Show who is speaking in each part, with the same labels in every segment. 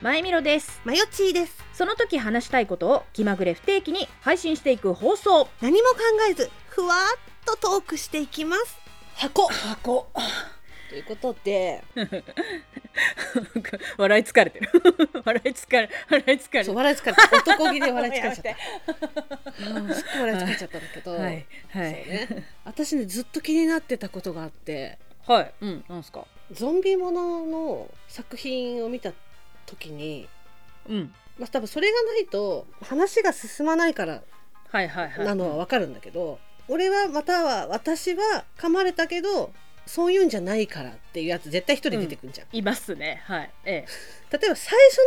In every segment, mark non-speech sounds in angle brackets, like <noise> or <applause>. Speaker 1: まゆみろです
Speaker 2: マヨチーです
Speaker 1: その時話したいことを気まぐれ不定期に配信していく放送
Speaker 2: 何も考えずふわっとトークしていきます
Speaker 3: 箱箱ということで
Speaker 1: <laughs> 笑い疲れてる <laughs> 笑い疲れ笑い疲れ
Speaker 3: そ
Speaker 1: て
Speaker 3: う
Speaker 1: る
Speaker 3: 笑い疲れた男気で笑い疲れちゃっ
Speaker 1: <laughs> や
Speaker 3: たうんすっごい笑い疲れちゃったんだけ
Speaker 1: め
Speaker 3: ど、
Speaker 1: て <laughs> はいは
Speaker 3: そう
Speaker 1: い
Speaker 3: ね、私ねずっと気になってたことがあって
Speaker 1: はいうんなんすか
Speaker 3: ゾンビものの作品を見た時に
Speaker 1: うん
Speaker 3: まあ多分それがないと話が進まないから
Speaker 1: はいはいはい
Speaker 3: なのはわかるんだけど、俺はまたは私は噛まれたけどそういうんじゃないからっていうやつ絶対一人出てくるじゃん、
Speaker 1: いますねはいえ
Speaker 3: 例えば最初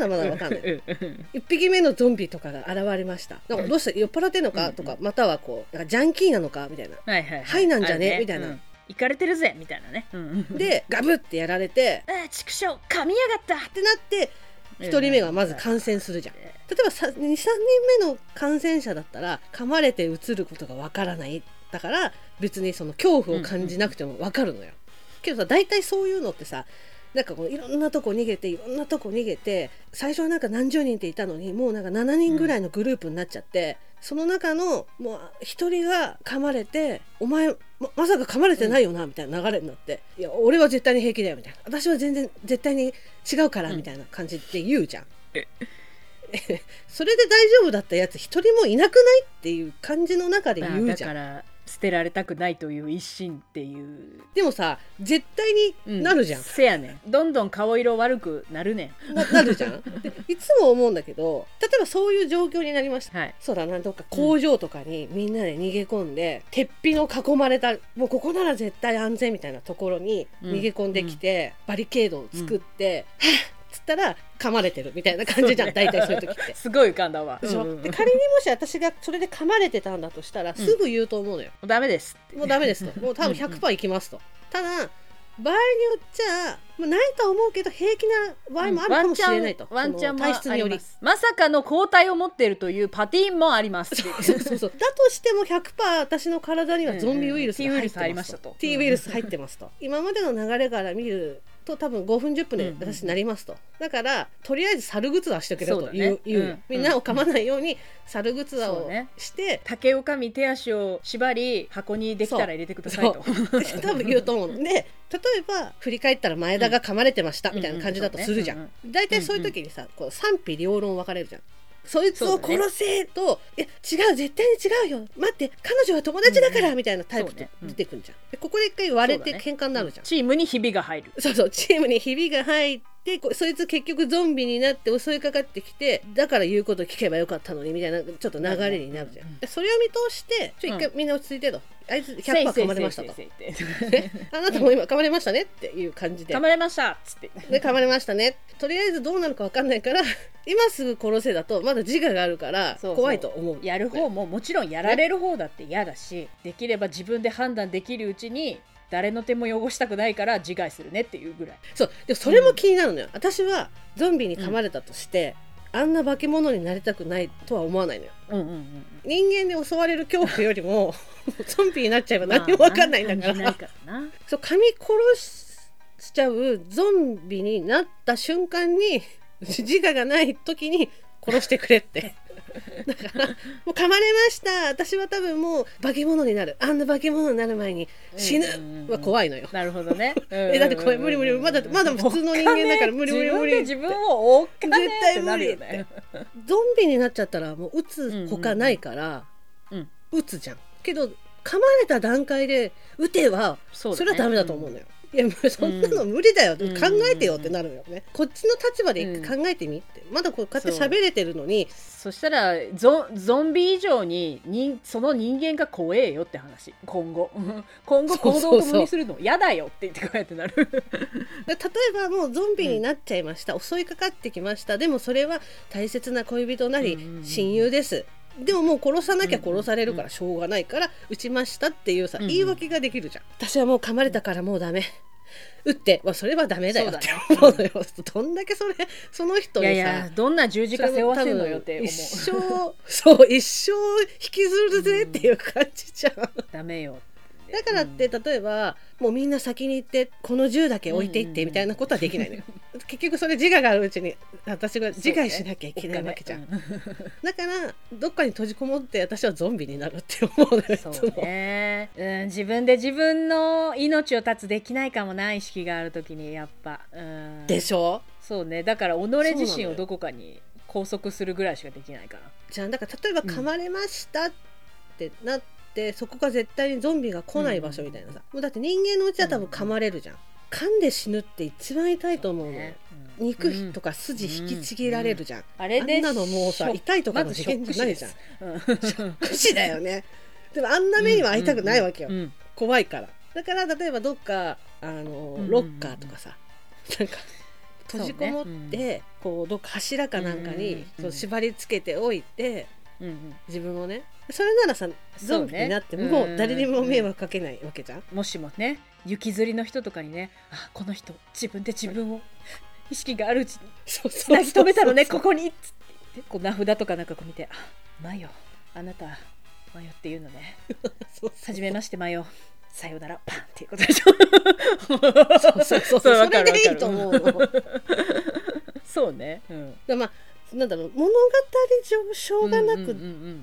Speaker 3: の段階ならまだわかんない
Speaker 1: えうんうん
Speaker 3: 一匹目のゾンビとかが現れましたなんかどうした酔っ払ってんの
Speaker 1: う
Speaker 3: か
Speaker 1: ん
Speaker 3: とか、またはこうなんかジャンキーなのかみたいな
Speaker 1: はいはい
Speaker 3: はいなんじゃね
Speaker 1: ある
Speaker 3: みたいな
Speaker 1: うん行かれてるぜみたいなねうんうん
Speaker 3: でガブってやられて
Speaker 1: あー畜生噛みやがった
Speaker 3: ってなって1人目がまず感染するじゃん、
Speaker 1: え
Speaker 3: 例えばさ23人目の感染者だったら噛まれてうつることがわからないだから別にその恐怖を感じなくてもわかるのよ、けどさ大体そういうのってさなんかこういろんなとこ逃げていろんなとこ逃げて最初はなんか何十人っていたのにもうなんか7人ぐらいのグループになっちゃって、その中のもう一人が噛まれて「お前ままさか噛まれてないよな」みたいな流れになって「いや俺は絶対に平気だよ」みたいな「私は全然絶対に違うから」
Speaker 1: うん
Speaker 3: みたいな感じで言うじゃん
Speaker 1: え。
Speaker 3: それで大丈夫だったやつ一人もいなくないっていう感じの中で
Speaker 1: まあ
Speaker 3: 言う
Speaker 1: だ
Speaker 3: じゃ
Speaker 1: か
Speaker 3: ん。
Speaker 1: ら捨てられたくないという一心っていう、
Speaker 3: でもさ絶対
Speaker 1: う
Speaker 3: になるじゃん
Speaker 1: せやねんどんどん顔色悪くなるね
Speaker 3: ななるじゃ
Speaker 1: <laughs>
Speaker 3: んでいつも思うんだけど例えばそういう状況になりました
Speaker 1: んはい
Speaker 3: そうだなどっか工場とかにみんなで逃げ込んで、鉄壁の囲まれたもうここなら絶対安全みたいなところに
Speaker 1: うん
Speaker 3: 逃げ込んできて、バリケードを作って、はっつったら噛まれてるみたいな感じじゃん、
Speaker 1: <laughs> そうね
Speaker 3: 大体そういう時って。
Speaker 1: すごい浮かんだわ
Speaker 3: でしょ
Speaker 1: うんうん
Speaker 3: で仮にもし私がそれで噛まれてたんだとしたらすぐ言うと思うのよ、
Speaker 1: ダメです
Speaker 3: もうダメで
Speaker 1: <laughs>
Speaker 3: すともう多分
Speaker 1: うんうん
Speaker 3: 100%いきますとただ場合によっちゃ、まあ、ないとは思うけど平気な場合もあるかもしれないと、
Speaker 1: ワンチャン
Speaker 3: そ
Speaker 1: ワンチャ
Speaker 3: の体
Speaker 1: ン
Speaker 3: 質
Speaker 1: もあ
Speaker 3: によ
Speaker 1: り
Speaker 3: り
Speaker 1: ま。すまさかの抗体を持っているというパティーンもあります
Speaker 3: そう <laughs> そうそうだとしても100%私の体にはゾンビウイルスが入って
Speaker 1: うんうん T ウイルス入りま
Speaker 3: ま
Speaker 1: し
Speaker 3: す
Speaker 1: た
Speaker 3: と
Speaker 1: と
Speaker 3: T ウイルス入ってますと今までの流れから見ると多分5分10分で私なりますとだからとりあえず猿靴はしとけよ
Speaker 1: そう
Speaker 3: と
Speaker 1: だ
Speaker 3: 言
Speaker 1: ね
Speaker 3: う言うよ
Speaker 1: うん
Speaker 3: みんなを噛まないように猿靴は
Speaker 1: そう
Speaker 3: を
Speaker 1: ね
Speaker 3: して
Speaker 1: 竹を噛み手足を縛り箱にできたら入れてくださいと
Speaker 3: <laughs> 多分言うと思うので例えば振り返ったら前田が噛まれてました
Speaker 1: うん
Speaker 3: みたいな感じだとするじゃ
Speaker 1: うんうん
Speaker 3: ん大体そういう時にさこう賛否両論分かれるじゃん。そいつ
Speaker 1: そう
Speaker 3: を
Speaker 1: だね
Speaker 3: 殺せと、いや違う絶対に違うよ待って彼女は友達だからみたいなタイプ
Speaker 1: そう
Speaker 3: と
Speaker 1: ねうん
Speaker 3: 出てくるじゃん、でここで一回割れて
Speaker 1: そうだ
Speaker 3: 喧嘩になるじゃん
Speaker 1: チームにひびが入る
Speaker 3: そうそうチームにひびが入ってこそいつ結局ゾンビになって襲いかかってきてだから言うこと聞けばよかったのにみたいなちょっと流れになるじゃん、
Speaker 1: うん
Speaker 3: でそれを見通してちょ一回みんな落ち着いてと、あいつ100%噛まれましたと
Speaker 1: せいせいせいせいせい
Speaker 3: ねあなたも今噛まれましたねっていう感じで
Speaker 1: 噛まれましたっつって
Speaker 3: で噛まれましたねとりあえずどうなるか分かんないから <laughs> 今すぐ殺せだとまだ自我があるから
Speaker 1: そうそう
Speaker 3: 怖いと思う
Speaker 1: やる方ももちろんやられる方だって嫌だしできれば自分で判断できるうちに誰の手も汚したくないから自害するねっていうぐらい
Speaker 3: そうでもそれも気になるのよ、私はゾンビに噛まれたとして、あんな化け物になりたくないとは思わないのよ
Speaker 1: うんうんうん
Speaker 3: 人間で襲われる恐怖よりも <laughs> ゾンビになっちゃえば何も分かんないんだから,、
Speaker 1: まあな感じないからな
Speaker 3: そう噛み殺しちゃうゾンビになった瞬
Speaker 1: <laughs>
Speaker 3: 間に自我がない時に殺してくれ
Speaker 1: <laughs>
Speaker 3: ってだからもう噛まれました私は多分もう化け物になるあんな化け物になる前に <laughs> 死ぬ
Speaker 1: うんうんうん
Speaker 3: は怖いのよ
Speaker 1: なるほど
Speaker 3: <laughs>
Speaker 1: ね。
Speaker 3: え
Speaker 1: え
Speaker 3: だってこれ無理無理まだまだ普通の人間だから無理無理無理
Speaker 1: 自分で自分を追っかね
Speaker 3: 絶対無理
Speaker 1: ってなるよね。
Speaker 3: ゾンビになっちゃったらもう打つほかないから、
Speaker 1: うんうん
Speaker 3: 打つじゃんけど噛まれた段階で打ては
Speaker 1: そ
Speaker 3: それはダメだと思うのよ。いやもうそんなの無理だよ、考えてよってなるよね、こっちの立場で一回考えてみって、まだこうやって喋れてるのに
Speaker 1: そしたらゾンゾンビ以上に人その人間が怖えよって話今後 <laughs> 今後行動を共にするの嫌だよって言ってこうやってなる
Speaker 3: 例えばもうゾンビになっちゃいました、襲いかかってきましたでもそれは大切な恋人なり
Speaker 1: うんうんうん
Speaker 3: 親友です、でももう殺さなきゃ殺される
Speaker 1: うん
Speaker 3: か
Speaker 1: うんう
Speaker 3: らしょうがないから撃ちましたっていうさ、
Speaker 1: うんうん
Speaker 3: 言い訳ができるじゃん私はもう噛まれたからもうダメ撃って、まあ、それはダメだよって思うのよどんだけそれその人
Speaker 1: い
Speaker 3: にさ
Speaker 1: やいやどんな十字架背負わせるのよって思う
Speaker 3: 一生そう一生引きずるぜっていう感じじゃん、
Speaker 1: ダメよで
Speaker 3: だからって例えばもうみんな先に行ってこの銃だけ置いていってみたいなことはできないのよ結局それ自我があるうちに私が自害しなきゃいけないわけじゃ
Speaker 1: ん、
Speaker 3: ん、
Speaker 1: うん
Speaker 3: だからどっかに閉じこもって私はゾンビになるって思うのよ
Speaker 1: そ
Speaker 3: いつ
Speaker 1: う
Speaker 3: も
Speaker 1: ね、うん、自分で自分の命を絶つできないかもな意識があるときにやっぱ、うん、
Speaker 3: でしょ
Speaker 1: そうねだから己自身
Speaker 3: そうなの
Speaker 1: を
Speaker 3: よ
Speaker 1: どこかに拘束するぐらいしかできないから
Speaker 3: じゃあだから例えば噛まれましたってなって、そこが絶対にゾンビが来ない場所みたいなさ、もうだって人間のうちは多分噛まれるじゃん、噛んで死ぬって一番痛いと思うのよ、
Speaker 1: ねうん
Speaker 3: 肉
Speaker 1: うん
Speaker 3: とか筋引きちぎられるじゃん、
Speaker 1: あれで
Speaker 3: あんなのもう
Speaker 1: シ
Speaker 3: さ
Speaker 1: ョッ
Speaker 3: 痛いとか
Speaker 1: ま
Speaker 3: の
Speaker 1: ずシ
Speaker 3: 次
Speaker 1: ョ
Speaker 3: 元
Speaker 1: ック
Speaker 3: じゃない
Speaker 1: 死
Speaker 3: じゃん
Speaker 1: ですうん
Speaker 3: 口だ
Speaker 1: <laughs>
Speaker 3: よねでもあんな目には会いたくないわけよ、
Speaker 1: うんうん
Speaker 3: 怖いからだから例えばどっかあの
Speaker 1: うん
Speaker 3: ロッカーとかさ、なんか閉じこもっ
Speaker 1: そう
Speaker 3: て、こうどっか柱かなんか
Speaker 1: うんうん
Speaker 3: に、
Speaker 1: うん
Speaker 3: そう縛り付けておいて
Speaker 1: うんうん
Speaker 3: 自分をねそれならさゾンビになって
Speaker 1: そうね
Speaker 3: もう誰にも迷惑かけないわけじゃん、
Speaker 1: もしもね行きずりの人とかにねあこの人自分で自分を意識があるうちに
Speaker 3: そうそう
Speaker 1: 泣き止めたのね
Speaker 3: そう
Speaker 1: ここにっつってこう名札とかなんかこう見て「あマヨあなたマヨっていうのね
Speaker 3: そう
Speaker 1: は
Speaker 3: そう
Speaker 1: じめましてマヨさようならパン」っていうことでしょ
Speaker 3: そうそうそうそうそれでいいと思うのだか
Speaker 1: そうね、うん、
Speaker 3: らまあなんだろう物語上しょうがなく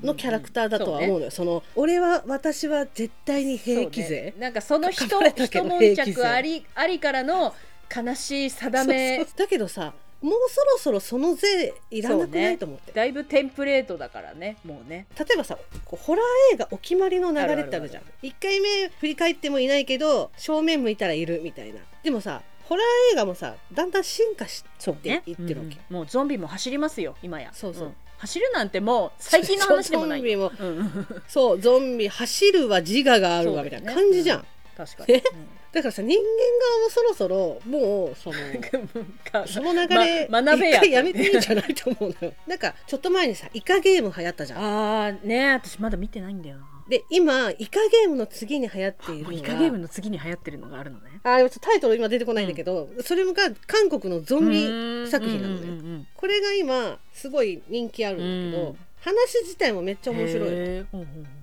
Speaker 3: のキャラクターだとは思うのよ、その俺は私は絶対に平気
Speaker 1: そうね
Speaker 3: 勢、
Speaker 1: なんかその人
Speaker 3: 書かれたけ
Speaker 1: 一
Speaker 3: ど
Speaker 1: 悶
Speaker 3: 平気勢
Speaker 1: 着ありありからの悲しい定め
Speaker 3: そうそうだけどさもうそろそろその税いらなくない、と思って、
Speaker 1: だいぶテンプレートだからねもうね
Speaker 3: 例えばさこうホラー映画お決まりの流れってあるじゃん
Speaker 1: ある
Speaker 3: 1回目振り返ってもいないけど正面向いたらいるみたいなでもさホラー映画もさだんだん進化して
Speaker 1: ね
Speaker 3: いってるわけ、
Speaker 1: うんもうゾンビも走りますよ今や
Speaker 3: そうそうん
Speaker 1: 走るなんてもう最近の話でもない
Speaker 3: そうゾンビも
Speaker 1: うんうん
Speaker 3: そうゾンビ走るは自我があるわみたいな感じじゃんだ,、
Speaker 1: 確かに、
Speaker 3: ねからさ人間側もそろそろ
Speaker 1: <laughs>
Speaker 3: もうその
Speaker 1: うんか
Speaker 3: <laughs> その流れ、
Speaker 1: ま学べや
Speaker 3: 一回やめていいんじゃないと思う
Speaker 1: <laughs>
Speaker 3: のよなんかちょっと前にさイカゲーム流行ったじゃん
Speaker 1: あーね私まだ見てないんだよな
Speaker 3: で今イカゲームの次に流行っているの
Speaker 1: もう
Speaker 3: が
Speaker 1: イカゲームの次に流行ってるのがあるのね
Speaker 3: あーでもちょっとタイトル今出てこないんだけど、それが韓国のゾンビ作品なのね
Speaker 1: ね
Speaker 3: これが今すごい人気あるんだけど、
Speaker 1: うん
Speaker 3: 話自体もめっちゃ面白い
Speaker 1: い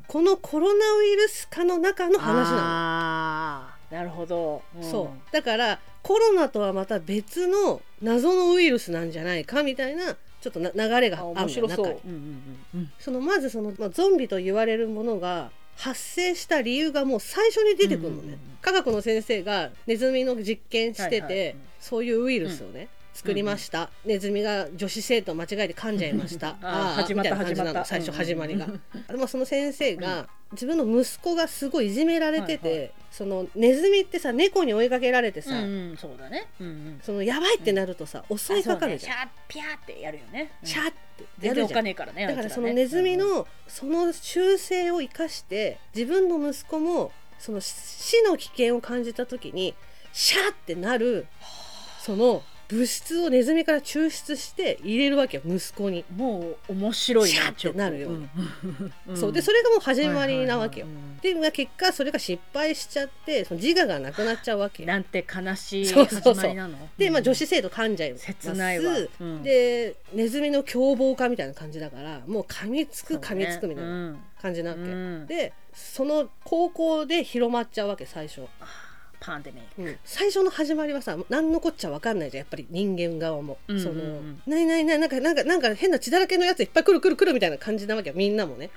Speaker 3: このコロナウイルス化の中の話な
Speaker 1: なのなるほど、
Speaker 3: の、そうだからコロナとはまた別の謎のウイルスなんじゃないかみたいなちょっとな流れがあ
Speaker 1: あ
Speaker 3: るのよ
Speaker 1: 面白そう
Speaker 3: 中に
Speaker 1: うんうんうんうん
Speaker 3: そのまずその、まあ、ゾンビと言われるものが発生した理由がもう最初に出てくる
Speaker 1: う
Speaker 3: のね、
Speaker 1: んうんうん
Speaker 3: 科学の先生がネズミの実験してて、
Speaker 1: はいはいうん
Speaker 3: そういうウイルスをね、作りました、ネズミが女子生徒を間違えて噛んじゃいました
Speaker 1: <laughs> あー
Speaker 3: ー
Speaker 1: 始まった
Speaker 3: みいな感じな
Speaker 1: 始
Speaker 3: の
Speaker 1: まった
Speaker 3: 最初始ま
Speaker 1: <laughs>
Speaker 3: りが、
Speaker 1: うんうん
Speaker 3: でもその先生が、自分の息子がすごいいじめられてて、
Speaker 1: はいは
Speaker 3: そのネズミってさ猫に追いかけられてさ、
Speaker 1: うんうんそうだね、うんうん、
Speaker 3: そのやばいってなるとさ、襲いかかるじゃん、
Speaker 1: あそうねシャーピャーってやるよね
Speaker 3: シャ
Speaker 1: ー
Speaker 3: ーってや
Speaker 1: 全
Speaker 3: る
Speaker 1: 然
Speaker 3: じゃ
Speaker 1: お
Speaker 3: ん
Speaker 1: 金からね
Speaker 3: だか
Speaker 1: あい
Speaker 3: ら
Speaker 1: つね
Speaker 3: そのネズミ
Speaker 1: うん
Speaker 3: のその習性を生かして自分の息子もその死の危険を感じた時にシャーってなるその物質をネズミから抽出して入れるわけよ息子に。
Speaker 1: もう面白い
Speaker 3: シャーってなるよ
Speaker 1: うんん
Speaker 3: そうでそれがもう始まりなわけよ
Speaker 1: は。いはいはい
Speaker 3: でまあ結果それが失敗しちゃってその自我がなくなっちゃうわ
Speaker 1: うん
Speaker 3: け。
Speaker 1: なんて悲しい
Speaker 3: そうそうそう
Speaker 1: 始まりなの
Speaker 3: で、まあ、女
Speaker 1: う
Speaker 3: 子生徒噛んじゃいま
Speaker 1: ん
Speaker 3: す。
Speaker 1: 切ないわ、うん
Speaker 3: でネズミの凶暴化みたいな感じだからもう噛みつく噛みつくみたいな
Speaker 1: な
Speaker 3: 感じなわけ。
Speaker 1: うん
Speaker 3: でその高校で広まっちゃうわけ最初、
Speaker 1: あーパンデミック
Speaker 3: 最初の始まりはさ何のこっちゃ分かんないじゃんやっぱり人間側も、
Speaker 1: うんうん
Speaker 3: その
Speaker 1: うん
Speaker 3: ないないないなんかなんかなんか変な血だらけのやついっぱい来る来る来るみたいな感じなわけよみんなもね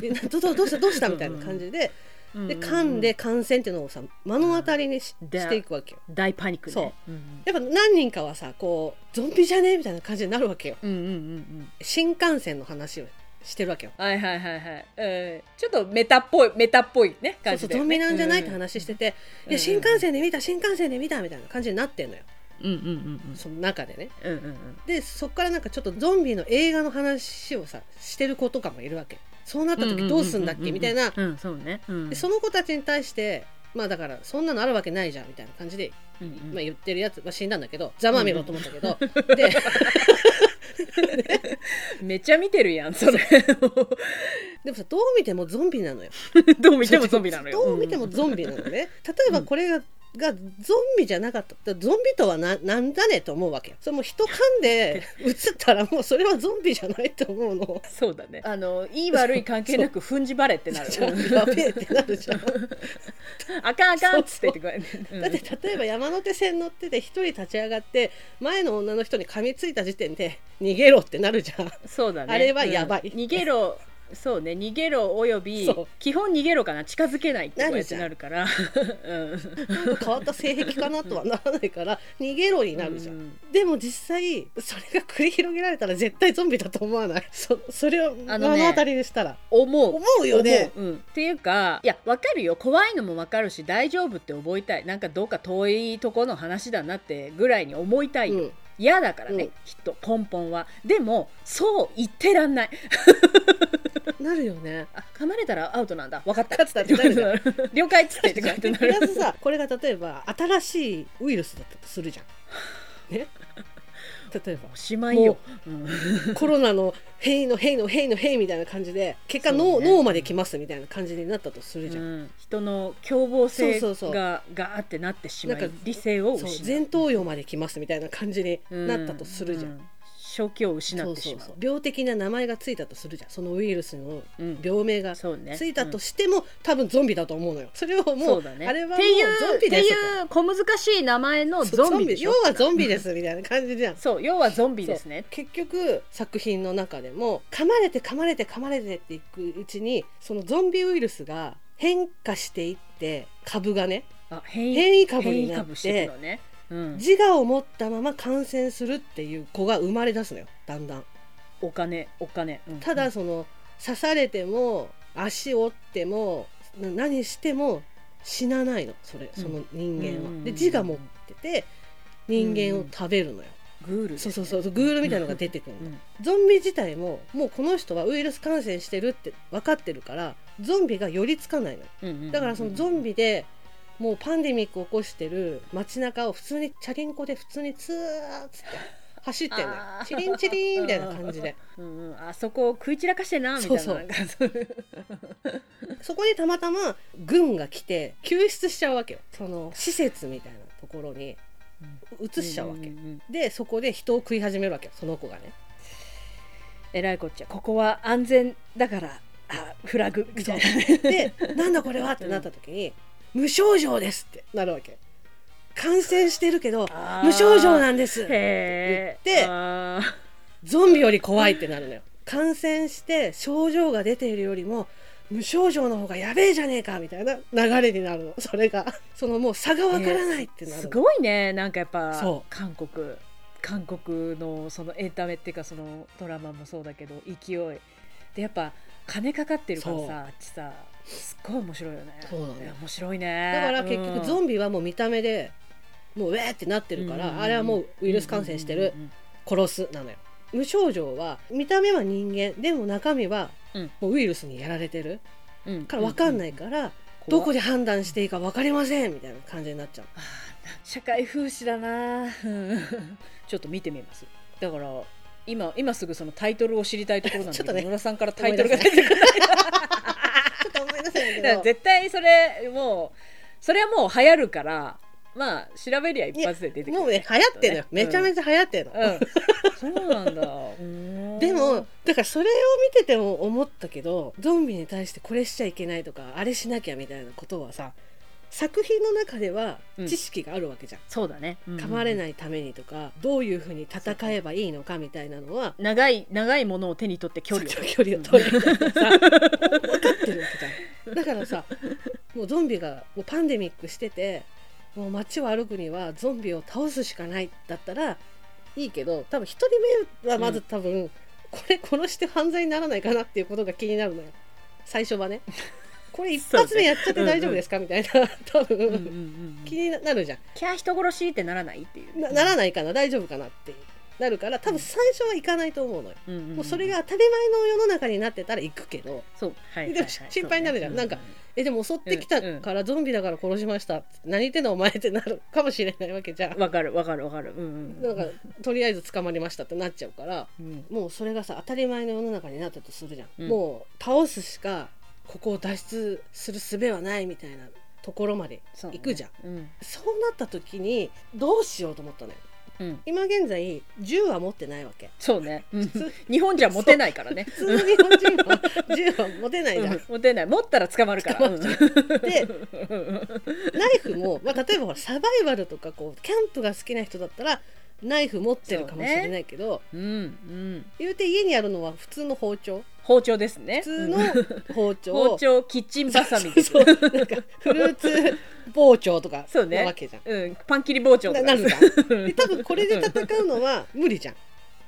Speaker 3: でなどどどうしたどうしたみたいな感じでで噛んで感染っていうのをさ目の当たりにし,、
Speaker 1: で
Speaker 3: ていくわけよ
Speaker 1: 大パニックね
Speaker 3: そ
Speaker 1: うん
Speaker 3: やっぱ何人かはさこうゾンビじゃねえみたいな感じになるわけよ
Speaker 1: うんうんうんうん
Speaker 3: 新幹線の話をしてるわけよ
Speaker 1: はいはいはいはい、えー、ちょっとメタっぽいメタっぽいね
Speaker 3: そう
Speaker 1: 感
Speaker 3: そ
Speaker 1: じ
Speaker 3: う
Speaker 1: だ
Speaker 3: ゾ
Speaker 1: よ
Speaker 3: ンビ
Speaker 1: ね
Speaker 3: なんじゃないって話してて、
Speaker 1: うん
Speaker 3: いや新幹線で見た新幹線で見たみたいな感じになってんのよ
Speaker 1: うんうんうんうん
Speaker 3: その中でね
Speaker 1: うんうんうん
Speaker 3: でそこからなんかちょっとゾンビの映画の話をさしてる子とかもいるわけそうなった時どうすんだっけみたいな
Speaker 1: うんそうね、うん、
Speaker 3: でその子たちに対してまあだからそんなのあるわけないじゃんみたいな感じで、
Speaker 1: うんうん
Speaker 3: まあ、言ってるやつ、まあ、死んだんだけどざまあみろと思ったけど、で <laughs>
Speaker 1: めっちゃ見てるやんそれ <laughs>
Speaker 3: でもさどう見てもゾンビなのよ
Speaker 1: どう見てもゾンビなのよ
Speaker 3: どう見てもゾンビなのね例えばこれががゾンビじゃなかっただからゾンビとはななんだねと思うわけよそれもう人噛んで映ったらもうそれはゾンビじゃないと思うの
Speaker 1: そうだねあのいい悪い関係なく踏んじばれってな <laughs> る
Speaker 3: <laughs> やべえってなるじゃん
Speaker 1: あかんあかんっつってってこうやって
Speaker 3: だって例えば山手線乗ってて一人立ち上がって前の女の人に噛みついた時点で逃げろってなるじゃん
Speaker 1: うんそうだね
Speaker 3: あれはやばい
Speaker 1: うん逃げろそうね逃げろおよび
Speaker 3: そう
Speaker 1: 基本逃げろかな近づけないってこうやってな
Speaker 3: な
Speaker 1: るからうん
Speaker 3: なんか変わった性癖かなとはならないから逃げろになるじゃん、
Speaker 1: うん
Speaker 3: でも実際それが繰り広げられたら絶対ゾンビだと思わないそそれを目
Speaker 1: あのね
Speaker 3: の当たりにしたら、
Speaker 1: 思う
Speaker 3: 思うよね
Speaker 1: 思ううん、っていうかいやわかるよ怖いのもわかるし大丈夫って覚えたいなんかどうか遠いとこの話だなってぐらいに思いたいよ、
Speaker 3: うん
Speaker 1: 嫌だからね、
Speaker 3: うん
Speaker 1: きっと根本はでもそう言ってらんない
Speaker 3: なるよね
Speaker 1: あ噛まれたらアウトなんだ分かった
Speaker 3: 分かったってなる
Speaker 1: <laughs>
Speaker 3: じゃ
Speaker 1: 了解っつってってこうやって
Speaker 3: で
Speaker 1: な
Speaker 3: プラ
Speaker 1: る
Speaker 3: スさこれが例えば新しいウイルスだったとするじゃんね例えば
Speaker 1: おしまいよ
Speaker 3: も、
Speaker 1: うん
Speaker 3: コロナの「変異の変異の変異の変異」みたいな感じで結
Speaker 1: そ
Speaker 3: 果
Speaker 1: う
Speaker 3: 脳,、
Speaker 1: だね
Speaker 3: 脳まで来ますみたいな感じになったとするじゃん、
Speaker 1: うん人の凶暴性
Speaker 3: そうそうそう
Speaker 1: がガーってなってしま
Speaker 3: ないんか
Speaker 1: 理性を
Speaker 3: そう
Speaker 1: 失う
Speaker 3: 前頭葉まで来ますみたいな感じになったとするじゃん、
Speaker 1: うう正気を失
Speaker 3: そ
Speaker 1: っ
Speaker 3: う
Speaker 1: て
Speaker 3: そ
Speaker 1: し
Speaker 3: う
Speaker 1: まう
Speaker 3: そう病的な名前がついたとするじゃんそのウイルスの
Speaker 1: うん
Speaker 3: 病名が
Speaker 1: そうね
Speaker 3: ついたとしても、多分ゾンビだと思うのよそれを
Speaker 1: うん
Speaker 3: も
Speaker 1: そううだね
Speaker 3: あれはも
Speaker 1: っ
Speaker 3: う
Speaker 1: ていう
Speaker 3: ゾンビです
Speaker 1: っていう小難しい名前の
Speaker 3: そう
Speaker 1: ゾンビでしょ
Speaker 3: 要はゾンビですみたいな感じじゃん
Speaker 1: そう要はゾンビですね
Speaker 3: そう結局作品の中でも噛まれて噛まれて噛まれてっていくうちにそのゾンビウイルスが変化していって株がね
Speaker 1: あ変異
Speaker 3: 変異株
Speaker 1: 変
Speaker 3: に
Speaker 1: 異
Speaker 3: なっ
Speaker 1: 株してい
Speaker 3: て
Speaker 1: くのね、うん、
Speaker 3: 自我を持ったまま感染するっていう子が生まれ出すのよだんだん。
Speaker 1: お金お金、うん
Speaker 3: ただその刺されても足折ってもな何しても死なないのそれ
Speaker 1: うん
Speaker 3: その人間は。
Speaker 1: うん
Speaker 3: で自我持ってて人間を食べるのよ。
Speaker 1: グールです
Speaker 3: そう
Speaker 1: ね、
Speaker 3: そうそうグールみたいのが出てくるの。
Speaker 1: うん
Speaker 3: ゾンビ自体ももうこの人はウイルス感染してるって分かってるからゾンビが寄りつかないのよ
Speaker 1: うんうんうん
Speaker 3: だからそのゾンビでもうパンデミック起こしてる街中を普通にチャリンコで普通にツーッつって走ってんのよ
Speaker 1: あー
Speaker 3: チリンチリンみたいな感じで
Speaker 1: うんうん、あそこを食い散らかしてんなみたいな
Speaker 3: そうそう
Speaker 1: なんかそう
Speaker 3: <laughs> そこにたまたま軍が来て救出しちゃうわけよその施設みたいなところに移しちゃうわけ
Speaker 1: んんん
Speaker 3: でそこで人を食い始めるわけよその子がね
Speaker 1: えらいこっちゃここは安全だからあフラグみたいな
Speaker 3: で「なんだこれは?」ってなった時に「無症状です」ってなるわけ感染してるけど
Speaker 1: あー
Speaker 3: 無症状なんです
Speaker 1: へ
Speaker 3: 言って
Speaker 1: あー
Speaker 3: ゾンビより怖いってなるのよ感染して症状が出ているよりも無症状の方がやべえじゃねえかみたいな流れになるのそれがそのもう差がわからないってなるの、
Speaker 1: すごいねなんかやっぱ
Speaker 3: そう
Speaker 1: 韓国韓国のそのエンタメっていうかそのドラマもそうだけど勢いでやっぱ金かかってるから
Speaker 3: そう
Speaker 1: さあっちさすっごい面白いよね
Speaker 3: そうなのよ
Speaker 1: いや面白いね
Speaker 3: だから結局ゾ
Speaker 1: ン
Speaker 3: ンビはもう見た目でもうウェーってなってるから、あれはもうウイルス感染してる、殺すなのよ無症状は見た目は人間でも中身は
Speaker 1: うん
Speaker 3: もうウイルスにやられてるから分かんないから、ど
Speaker 1: ど
Speaker 3: こで判断していいか分かりませんみたいな感じになっちゃう
Speaker 1: あー <laughs> 社会風刺だな <laughs> うんちょっと見てみますだから今今すぐそのタイトルを知りたいところなんだけ
Speaker 3: <laughs> ちょ
Speaker 1: ど、
Speaker 3: っとね
Speaker 1: 野田さんからタイトルが出てくる
Speaker 3: ちょっと思い出せないけ
Speaker 1: だから <laughs> 絶対それもうそれはもう流行るからまあ調べりゃ一発で出てくる
Speaker 3: もうね流行ってんのよ、めちゃめ
Speaker 1: ち
Speaker 3: ちゃ流行ってんの、
Speaker 1: うん、そうなんだうん
Speaker 3: でもだからそれを見てても思ったけどゾンビに対してこれしちゃいけないとかあれしなきゃみたいなことはさ作品の中では
Speaker 1: うん
Speaker 3: 知識があるわけじゃん、
Speaker 1: そうだね、
Speaker 3: 噛まれ
Speaker 1: い
Speaker 3: ないためにとかどういうふうに戦えばいいのかみたいなのは
Speaker 1: 長い長いものを手に取って距離を
Speaker 3: そう
Speaker 1: 取る
Speaker 3: 距離を取れるからさ分かってるわけじゃんだからさもうゾンビがもうパンデミックしててもう街を歩くにはゾンビを倒すしかないだったらいいけど多分一人目はまず多分、これ殺して犯罪にならないかなっていうことが気になるのよ最初はねこれ一発目やっちゃって大丈夫ですか、みたいな多分、
Speaker 1: うんうんうん
Speaker 3: 気になるじゃん
Speaker 1: キャー人殺しってならないっていう
Speaker 3: なならないかな大丈夫かなってなるから多分最初はいかないと思うのよ、
Speaker 1: うんうんうん
Speaker 3: もうそれが当たり前の世の中になってたら行くけど、
Speaker 1: そう、はい
Speaker 3: でも心配になるじゃんなんかえでも襲ってきたからゾンビだから殺しました、何言ってんのお前ってなるかもしれないわけじゃん、
Speaker 1: わ、かるわかるわかるうんうん
Speaker 3: なんかとりあえず捕まりましたってなっちゃうから
Speaker 1: うん
Speaker 3: もうそれがさ当たり前の世の中になったとするじゃん、
Speaker 1: うん
Speaker 3: もう倒すしかここを脱出する術はないみたいなところまで
Speaker 1: そうね
Speaker 3: 行くじゃん
Speaker 1: うん
Speaker 3: そうなった時にどうしようと思ったのよ
Speaker 1: うん
Speaker 3: 今現在銃は持ってないわけ
Speaker 1: そうね、うん
Speaker 3: 通
Speaker 1: 日本じゃモテないからね
Speaker 3: 普通の日本人は銃は持てないじゃん、
Speaker 1: うんモテない持ったら捕まるから
Speaker 3: 捕まっちゃで
Speaker 1: うん
Speaker 3: ナイフも、まあ、例えばほらサバイバルとかこうキャンプが好きな人だったらナイフ持ってるかもしれないけど、
Speaker 1: <laughs> うんうん
Speaker 3: 言うて家にあるのは普通の包丁
Speaker 1: 包丁ですね
Speaker 3: 普
Speaker 1: <laughs>
Speaker 3: 通の
Speaker 1: うん
Speaker 3: 包丁
Speaker 1: 包丁キッチンバサミです
Speaker 3: そうそうなんかフルーツ包丁とか
Speaker 1: そうね
Speaker 3: なわけじゃん。
Speaker 1: うんパン切り包丁とか
Speaker 3: ななるじゃん
Speaker 1: う
Speaker 3: で
Speaker 1: ん
Speaker 3: 多分これで戦うのは無理じゃん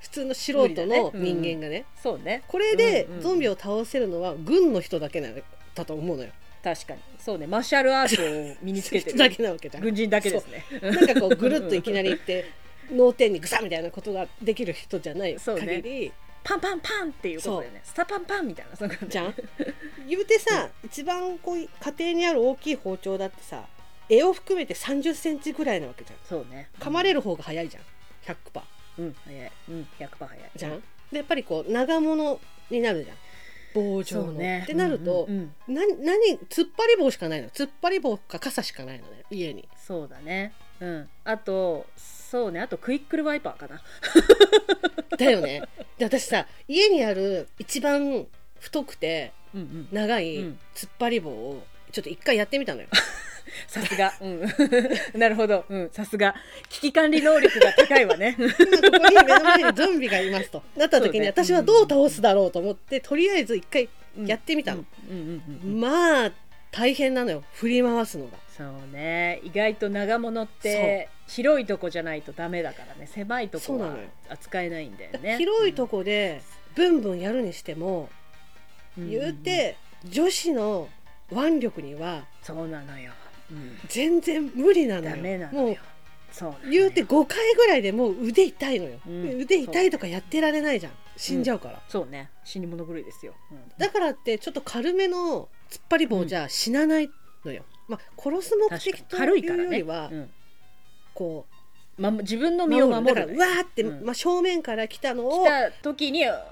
Speaker 3: 普通の素人の人間がね
Speaker 1: そうね
Speaker 3: これで
Speaker 1: うんうん
Speaker 3: ゾンビを倒せるのは軍の人だけなのだと思うのよ
Speaker 1: 確かにそうねマーシャルアートを身につ
Speaker 3: <laughs>
Speaker 1: けてる
Speaker 3: だけなわけじゃん
Speaker 1: 軍人だけですね
Speaker 3: なんかこうぐるっといきなり行って脳天にグサみたいなことができる人じゃない
Speaker 1: そうね
Speaker 3: 限り、
Speaker 1: パンパンパンっていうことだよねスタパンパンみたいなそんな感
Speaker 3: じ
Speaker 1: <laughs>
Speaker 3: ゃん言うてさ、一番こう家庭にある大きい包丁だってさ柄を含めて3 0センチぐらいなわけじゃん
Speaker 1: そうね
Speaker 3: 噛まれる方が早いじゃん100%パ
Speaker 1: う
Speaker 3: ー
Speaker 1: ん早いうん100%早い
Speaker 3: じゃんでやっぱりこう長物になるじゃん棒状の、ってなると、
Speaker 1: うんうんうん
Speaker 3: な何突っ張り棒しかないの突っ張り棒か傘しかないのね家に
Speaker 1: そうだねうんあとそうねあとクイックルワイパーかな
Speaker 3: だよねで私さ家にある一番太くて
Speaker 1: うんうん
Speaker 3: 長い
Speaker 1: うん
Speaker 3: 突っ張り棒をちょっと一回やってみたのよ
Speaker 1: さすが、うん、 <laughs> なるほど、うん、さすが危機管理能力が高いわ
Speaker 3: <laughs>
Speaker 1: ね
Speaker 3: 今ここに目の前にゾンビがいますとなった時
Speaker 1: <laughs> そう
Speaker 3: に
Speaker 1: ね
Speaker 3: 私はどう倒すだろうと思ってとりあえず一回やってみたの、
Speaker 1: うんうんうんうん
Speaker 3: まあ大変なのよ振り回すのが
Speaker 1: そうね意外と長物って広いとこじゃないとダメだからね狭いとこ
Speaker 3: そうな
Speaker 1: は
Speaker 3: のよ
Speaker 1: 扱えないんだよ
Speaker 3: だから
Speaker 1: ね
Speaker 3: 広いとこでブンブンやるにして
Speaker 1: う
Speaker 3: も、
Speaker 1: ん
Speaker 3: 言うて女子の腕力には
Speaker 1: そうなのよ、うん、
Speaker 3: 全然無理なの
Speaker 1: ダ
Speaker 3: よ
Speaker 1: メな
Speaker 3: も
Speaker 1: の
Speaker 3: う
Speaker 1: よそうなのよ
Speaker 3: 言うて5回ぐらいでもう腕痛いのよ、
Speaker 1: うん
Speaker 3: 腕痛いとかやってられないじゃん死んじゃうから、
Speaker 1: そうね死に物狂いですよ、うん
Speaker 3: だからってちょっと軽めの突っ張り棒じゃ死なないのよ、まあ、殺す目
Speaker 1: 確か
Speaker 3: 的
Speaker 1: に
Speaker 3: と
Speaker 1: 軽いから
Speaker 3: いうよ
Speaker 1: ね、
Speaker 3: りは、
Speaker 1: うん
Speaker 3: こ
Speaker 1: ま、自分の
Speaker 3: う
Speaker 1: 身を守
Speaker 3: だ
Speaker 1: る
Speaker 3: から
Speaker 1: ね
Speaker 3: わーって、
Speaker 1: うん
Speaker 3: まあ、正面から来たのを
Speaker 1: 来た時に、うん、わ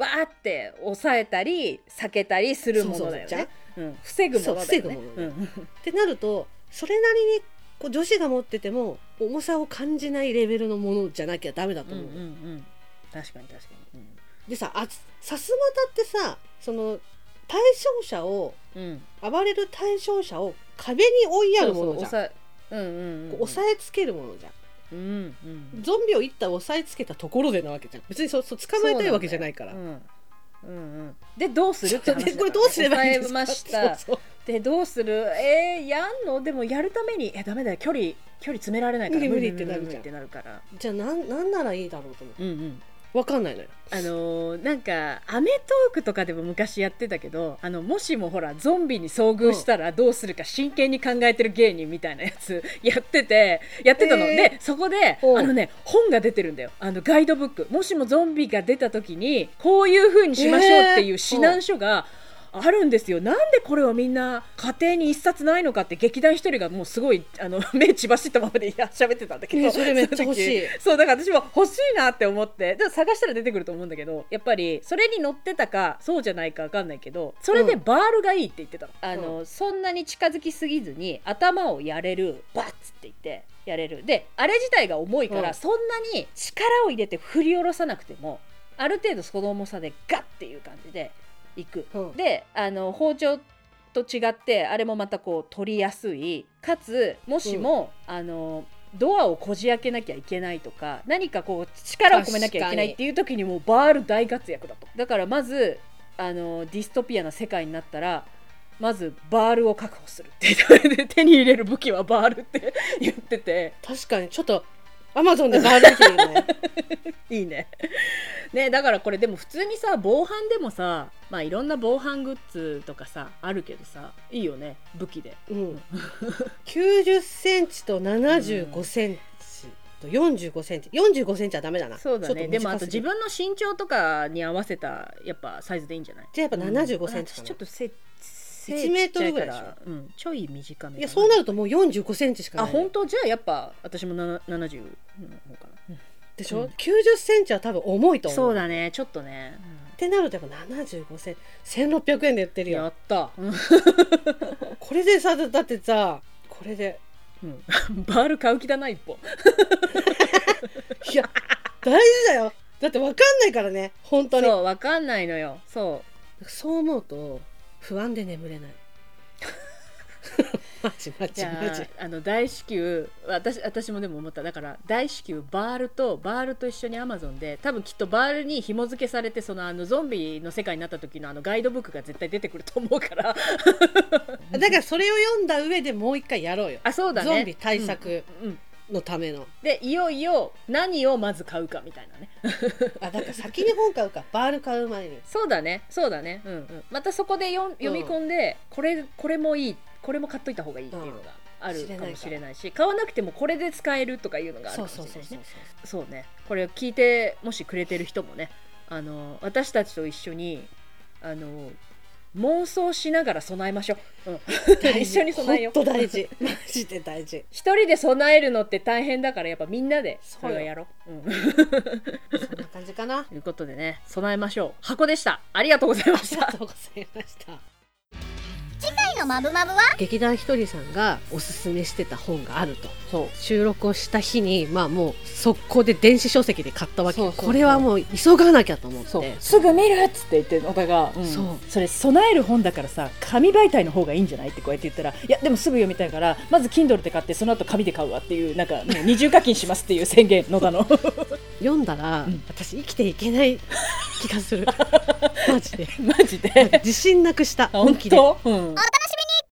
Speaker 1: ーって抑えたり避けたりするものだよ
Speaker 3: そうそうじゃん
Speaker 1: ね。うん防ぐものだよね。
Speaker 3: そう防
Speaker 1: う
Speaker 3: ぐも
Speaker 1: ん
Speaker 3: ってなるとそれなりにこう女子が持ってても重さを感じないレベルのものじゃなきゃダメだと
Speaker 1: うんうん
Speaker 3: 思う、
Speaker 1: うん確かに確かに。
Speaker 3: でさあさすまたってさその対象者を
Speaker 1: うんうん。
Speaker 3: 暴れる対象者を壁に追いやるものじゃん
Speaker 1: そうそう抑えうんうんう
Speaker 3: こ
Speaker 1: ん。
Speaker 3: う押さえつけるものじゃん、
Speaker 1: うんうん。
Speaker 3: ゾンビを一旦押さえつけたところでなわけじゃん別にそうそう捕まえたいわけじゃないから
Speaker 1: そうなんだようんうんうん。でどうするって話だから
Speaker 3: で <laughs> これどうすればいいんですか
Speaker 1: 抑えました。
Speaker 3: そうそう
Speaker 1: でどうするえー、やんのでもやるためにえダメだよ距離距離詰められないから
Speaker 3: 無理無理ってなるじゃん
Speaker 1: 無理ってなるから。
Speaker 3: じゃあなんなんならいいだろうと思
Speaker 1: うんうん。
Speaker 3: うわかんないのよ
Speaker 1: あのーなんか『アメトーーク』とかでも昔やってたけどあのもしもほらゾンビに遭遇したらどうするか真剣に考えてる芸人みたいなやつやっててやってたの、
Speaker 3: えー
Speaker 1: でそこで
Speaker 3: おう
Speaker 1: あのね本が出てるんだよあのガイドブックもしもゾンビが出た時にこういう風にしましょうっていう指南書が、あるんですよなんでこれをみんな家庭に一冊ないのかって劇団一人がもうすごいあの目血走ったままでいや喋ってたんだけ
Speaker 3: え
Speaker 1: ど
Speaker 3: ーそれめっちゃ欲しい
Speaker 1: <laughs> その時そうだから私も欲しいなって思ってで探したら出てくると思うんだけどやっぱりそれに乗ってたかそうじゃないかわかんないけどそれでバールがいいって言ってたの,、あのそんなに近づきすぎずに頭をやれるバッツって言ってやれるであれ自体が重いから、
Speaker 3: うん
Speaker 1: そんなに力を入れて振り下ろさなくてもある程度その重さでガッっていう感じでいく、
Speaker 3: うん
Speaker 1: であの包丁と違ってあれもまたこう取りやすいかつもしも、あのドアをこじ開けなきゃいけないとか何かこう力を込めなきゃいけないっていう時にもうバール大活躍だとだからまずあのディストピアな世界になったらまずバールを確保するって言って <laughs> 手に入れる武器はバールって言ってて
Speaker 3: 確かにちょっとアマゾンでバールキね
Speaker 1: <laughs> いいね。ねだからこれでも普通にさ防犯でもさまあいろんな防犯グッズとかさあるけどさいいよね武器で。 <laughs>
Speaker 3: うん90センチと75センチと45センチ45センチはダメだな
Speaker 1: そうだ
Speaker 3: ちょっ
Speaker 1: ね
Speaker 3: と
Speaker 1: でもあと
Speaker 3: 短すぎ
Speaker 1: 自
Speaker 3: る
Speaker 1: 分の身長とかに合わせたやっぱサイズでいいんじゃない
Speaker 3: じゃあやっぱ75セ
Speaker 1: う
Speaker 3: ンチ
Speaker 1: ん
Speaker 3: か
Speaker 1: 私
Speaker 3: な
Speaker 1: ちょっとせ背
Speaker 3: 1メートルぐらい
Speaker 1: ち
Speaker 3: で
Speaker 1: っち
Speaker 3: しょ
Speaker 1: ゃいからうんちょい短め
Speaker 3: いやそうな
Speaker 1: る
Speaker 3: るともう45センチしか
Speaker 1: あ
Speaker 3: ないのよ
Speaker 1: 本当じゃあやっぱ私もな70の方かな、
Speaker 3: でしょ、
Speaker 1: うん
Speaker 3: 90センチは多分重いと思う
Speaker 1: そうだねちょっとね、
Speaker 3: ってなるとやっぱ75銭1600円で売ってるよ
Speaker 1: った、
Speaker 3: これでさだってさこれで
Speaker 1: うん、バール買う気だな一歩
Speaker 3: いや大事だよだって分かんないからね本当に
Speaker 1: そうわかんないのよそ
Speaker 3: そう思うと不安で眠れない <laughs> マジマ
Speaker 1: うじ
Speaker 3: ジ
Speaker 1: ゃ
Speaker 3: マジ
Speaker 1: ああの大至急私私もでも思っただから大至急バールとバールと一緒にアマゾンで多分きっとバールに紐付けされてそのあのゾンビの世界になった時のあのガイドブックが絶対出てくると思うから
Speaker 3: だからそれを読んだ上でもう一回やろうよ
Speaker 1: あそうだね
Speaker 3: ゾンビ対策
Speaker 1: うんうん
Speaker 3: のための、
Speaker 1: でいよいよ何をまず買うかみたいなね
Speaker 3: あだから先に本買うかバール買う前に
Speaker 1: そうだねそうだね、うんうん、またそこで読読み込んで、これこれもいいこれも買っといた方がいいっていうのがある
Speaker 3: 知れな
Speaker 1: か
Speaker 3: いから
Speaker 1: もしれないし買わなくてもこれで使えるとかいうのがあるか
Speaker 3: そう
Speaker 1: もしれ
Speaker 3: そう
Speaker 1: ないし
Speaker 3: そ
Speaker 1: ね
Speaker 3: うそう
Speaker 1: そうねこれ聞いてもしくれてる人もねあの私たちと一緒にあの妄想しながら備えましょう、うん、
Speaker 3: <laughs> 大事
Speaker 1: 一緒に備えよう
Speaker 3: ほんと大事マジで大事
Speaker 1: 一人で備えるのって大変だからやっぱみんなでそ
Speaker 3: そう
Speaker 1: れ
Speaker 3: よ
Speaker 1: をやろう、うん、
Speaker 3: そんな感じかな
Speaker 1: ということでね備えましょう箱でしたありがとうございま
Speaker 3: あ
Speaker 1: し
Speaker 3: り
Speaker 1: た
Speaker 3: がとうございました
Speaker 2: 回のマブマブは
Speaker 3: 劇団ひとりさんがおすすめしてた本があると
Speaker 1: そう
Speaker 3: 収録をした日にまあもう速攻で電子書籍で買ったわけ
Speaker 1: そうそうそう
Speaker 3: これはもう急がなきゃと思ってそう
Speaker 1: すぐ見るっつって言って野田が、
Speaker 3: そう
Speaker 1: それ備える本だからさ紙媒体の方がいいんじゃないってこうやって言ったらいやでもすぐ読みたいからまず Kindle で買ってその後紙で買うわっていうなんか、ね、二重課金しますっていう宣言野田の
Speaker 3: 読んだら、
Speaker 1: うん
Speaker 3: 私生きていけない
Speaker 1: <laughs>
Speaker 3: 気がするマジで
Speaker 1: <laughs> マジで
Speaker 3: 自信なくした
Speaker 1: 本
Speaker 3: 本
Speaker 1: 気
Speaker 3: 気
Speaker 1: で
Speaker 3: で
Speaker 1: うん、